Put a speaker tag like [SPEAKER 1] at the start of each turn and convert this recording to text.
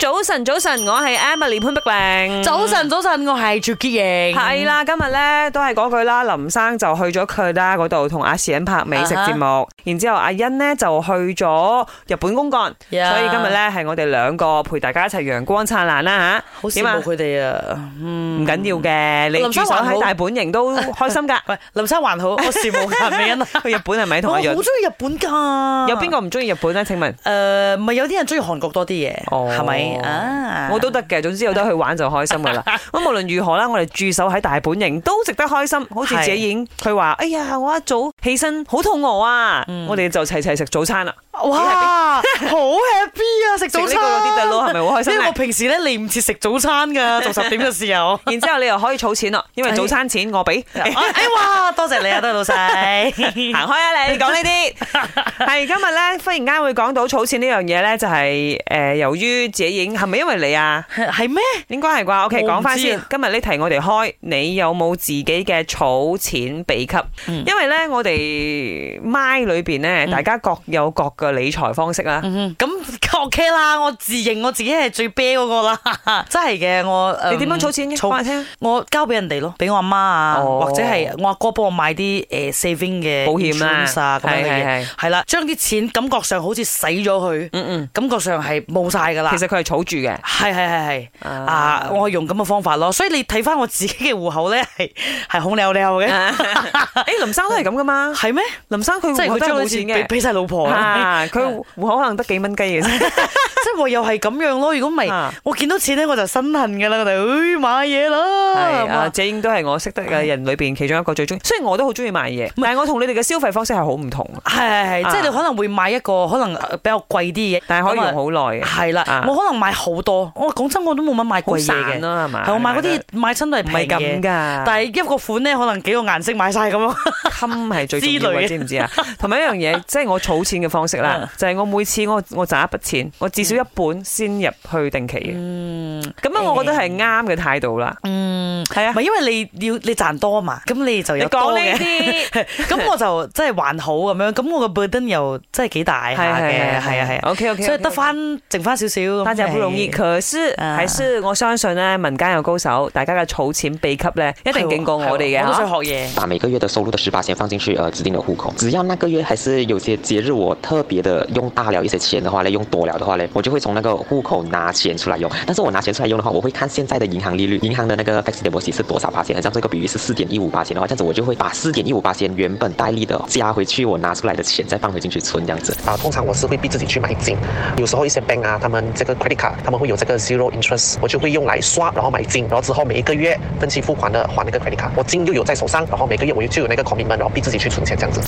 [SPEAKER 1] 早晨，早晨，我係 Emily 潘碧玲。
[SPEAKER 2] 早晨，早晨，我係趙潔
[SPEAKER 1] 嗯
[SPEAKER 2] 瑩。
[SPEAKER 1] 係啦，今日咧都係嗰句啦，林生就去咗佢啦嗰度同阿仕欣拍美食節目然之後阿欣呢就去咗日本公幹
[SPEAKER 2] Yeah
[SPEAKER 1] 所以今日咧係我哋兩個陪大家一齊陽光燦爛啦
[SPEAKER 2] 好羨
[SPEAKER 1] 點啊
[SPEAKER 2] 慕佢哋啊！
[SPEAKER 1] 吓，
[SPEAKER 2] 嗯
[SPEAKER 1] 唔緊要嘅，你
[SPEAKER 2] 林
[SPEAKER 1] 駐
[SPEAKER 2] 生
[SPEAKER 1] 守
[SPEAKER 2] 還好。
[SPEAKER 1] 喺大本營都開心噶
[SPEAKER 2] 喂，林生還好， 我羨慕佢美欣啊！
[SPEAKER 1] 去日本係咪
[SPEAKER 2] 我
[SPEAKER 1] 同
[SPEAKER 2] 好
[SPEAKER 1] 阿
[SPEAKER 2] 中意
[SPEAKER 1] 潤？
[SPEAKER 2] 日本㗎。
[SPEAKER 1] 有邊個唔中意日本咧？請問？
[SPEAKER 2] 誒，唔係有啲人中意韓國多啲嘢，
[SPEAKER 1] 哦
[SPEAKER 2] 係咪啊？
[SPEAKER 1] 我都得嘅，總之有得去玩就開心 噶啦。咁無論如何啦，我哋駐守喺大本營都值得開心。好似
[SPEAKER 2] 係
[SPEAKER 1] 謝影佢話：哎呀，我一早起身好肚餓啊！
[SPEAKER 2] 嗯
[SPEAKER 1] 我哋就齊齊食早 餐啦。
[SPEAKER 2] 哇，好 happy 啊！食早
[SPEAKER 1] 食
[SPEAKER 2] 餐
[SPEAKER 1] 呢個嗰啲大佬係咪好開心呢
[SPEAKER 2] 因為我平時咧嚟唔切食早 餐㗎，做十點嘅時候。
[SPEAKER 1] 然之後你又可以儲錢啦，因為
[SPEAKER 2] 哎
[SPEAKER 1] 早餐錢我俾。
[SPEAKER 2] 哎哎哇，多謝你啊，多謝老細。
[SPEAKER 1] 行開啊你，講呢 啲係今日咧，忽然間會講到儲錢呢樣嘢咧，就係、呃由於謝影係咪因為你啊？
[SPEAKER 2] 係咩？
[SPEAKER 1] 應該係啩？OK，
[SPEAKER 2] 我唔
[SPEAKER 1] 講翻
[SPEAKER 2] 知
[SPEAKER 1] 先
[SPEAKER 2] 啊。
[SPEAKER 1] 今日呢題我哋開，你有冇自己嘅儲錢秘笈？
[SPEAKER 2] 嗯
[SPEAKER 1] 因為呢，我哋 my 裏邊呢，大家各有各嘅理財方式啦。
[SPEAKER 2] 嗯，咁 OK 啦，我自認我自己係最啤嗰個啦，真係嘅我。誒
[SPEAKER 1] 你點樣儲錢嘅？
[SPEAKER 2] 儲
[SPEAKER 1] 講下聽。
[SPEAKER 2] 我交俾人哋咯，俾我阿媽啊，
[SPEAKER 1] 哦
[SPEAKER 2] 或者係我阿哥幫我買啲誒 saving 嘅
[SPEAKER 1] 保險啦
[SPEAKER 2] insurance 啊咁樣嘅
[SPEAKER 1] 係係
[SPEAKER 2] 嘢，
[SPEAKER 1] 係
[SPEAKER 2] 係啦，將啲錢感覺上好似使咗佢，
[SPEAKER 1] 嗯嗯，
[SPEAKER 2] 感覺上係冇晒㗎啦
[SPEAKER 1] 其。實佢係儲住 嘅。
[SPEAKER 2] 係係係係
[SPEAKER 1] 啊
[SPEAKER 2] 啊！我係用咁嘅方法咯，所以你睇翻我自己嘅戶口咧，係係好溜溜嘅，
[SPEAKER 1] 啊誒，林生都係咁噶嘛？
[SPEAKER 2] 係咩？
[SPEAKER 1] 林生佢
[SPEAKER 2] 即係
[SPEAKER 1] 戶口
[SPEAKER 2] 佢
[SPEAKER 1] 嗯都係
[SPEAKER 2] 將
[SPEAKER 1] 冇
[SPEAKER 2] 啲
[SPEAKER 1] 錢
[SPEAKER 2] 錢俾
[SPEAKER 1] 嘅。
[SPEAKER 2] 俾曬老婆啦，
[SPEAKER 1] 啊！佢戶口可能得幾蚊雞嘅啫，
[SPEAKER 2] 即係我又係咁樣咯。如果唔係
[SPEAKER 1] 啊，
[SPEAKER 2] 我見到錢咧我就身痕㗎啦，我就唉買嘢啦。
[SPEAKER 1] 係
[SPEAKER 2] 咁啊
[SPEAKER 1] 啊，謝英都係我識得嘅人裏邊其中一個最中意。雖然我都好中意買嘢，但係我同你哋嘅消費方式係好唔同，
[SPEAKER 2] 係係係，即係
[SPEAKER 1] 啊
[SPEAKER 2] 你可能會買一個可能呃比較貴啲嘅嘢，
[SPEAKER 1] 但係可以
[SPEAKER 2] 咁啊
[SPEAKER 1] 用好耐嘅，
[SPEAKER 2] 係啦
[SPEAKER 1] 啊，
[SPEAKER 2] 我可能買好多，我講真我都冇乜買
[SPEAKER 1] 好
[SPEAKER 2] 貴嘢
[SPEAKER 1] 散啊
[SPEAKER 2] 嘅，
[SPEAKER 1] 啦，係嘛？
[SPEAKER 2] 係我買嗰
[SPEAKER 1] 得
[SPEAKER 2] 啲買親都係
[SPEAKER 1] 唔
[SPEAKER 2] 平
[SPEAKER 1] 係咁
[SPEAKER 2] 嘅，
[SPEAKER 1] 噶，
[SPEAKER 2] 但係一個款咧可能幾個顏色買晒咁咯，
[SPEAKER 1] 襟 係最重要
[SPEAKER 2] 之類
[SPEAKER 1] 嘅，
[SPEAKER 2] 嘅啊
[SPEAKER 1] 知唔知啊？同埋一樣 嘢，即係我儲錢嘅方式啦，就係我每次我我賺一筆錢，我至少一半先入去定期嘅。咁啊，我覺得係啱嘅態度啦。
[SPEAKER 2] 嗯，
[SPEAKER 1] 係啊
[SPEAKER 2] 唔係，因為你要你賺多嘛，咁你就
[SPEAKER 1] 你
[SPEAKER 2] 有多
[SPEAKER 1] 講呢
[SPEAKER 2] 嘅。
[SPEAKER 1] 啲
[SPEAKER 2] 咁我就真係還好咁樣，咁我個 burden 又真係幾大
[SPEAKER 1] 係
[SPEAKER 2] 下嘅，
[SPEAKER 1] 係
[SPEAKER 2] 係啊係啊，
[SPEAKER 1] OK OK，
[SPEAKER 2] 所以得。翻剩翻少少咁。
[SPEAKER 1] 大家不容易，可是
[SPEAKER 2] 啊
[SPEAKER 1] 還是我相信咧，民間有高手，大家嘅儲錢秘笈咧，一定勁過我哋嘅
[SPEAKER 2] 我都
[SPEAKER 1] 嚇
[SPEAKER 2] 想學嘢。
[SPEAKER 3] 把每个月的收入的十八钱放进去呃指定的户口。只要那个月还是有些节日我特别的用大了一些钱的话嘞，用多了的话嘞，我就会从那个户口拿钱出来用。但是我拿钱出来用的话，我会看现在的银行利率，银行的那个 fixed deposit 是多少八千，好像这个比喻是四点一五八千的话，这样子我就会把四点一五八千原本带利的加回去，我拿出来的钱再放回进去存这样子。
[SPEAKER 4] 啊，通常我是会逼自己去买金，有时候一些 bank 啊，他们这个 credit card 他们会有这个 zero interest，我就会用来刷，然后买金，然后之后每一个月分期付款的还那个 credit card，我金又有在手上，然后每个月我又就有那个 commitment，然后逼自己去存钱这样子。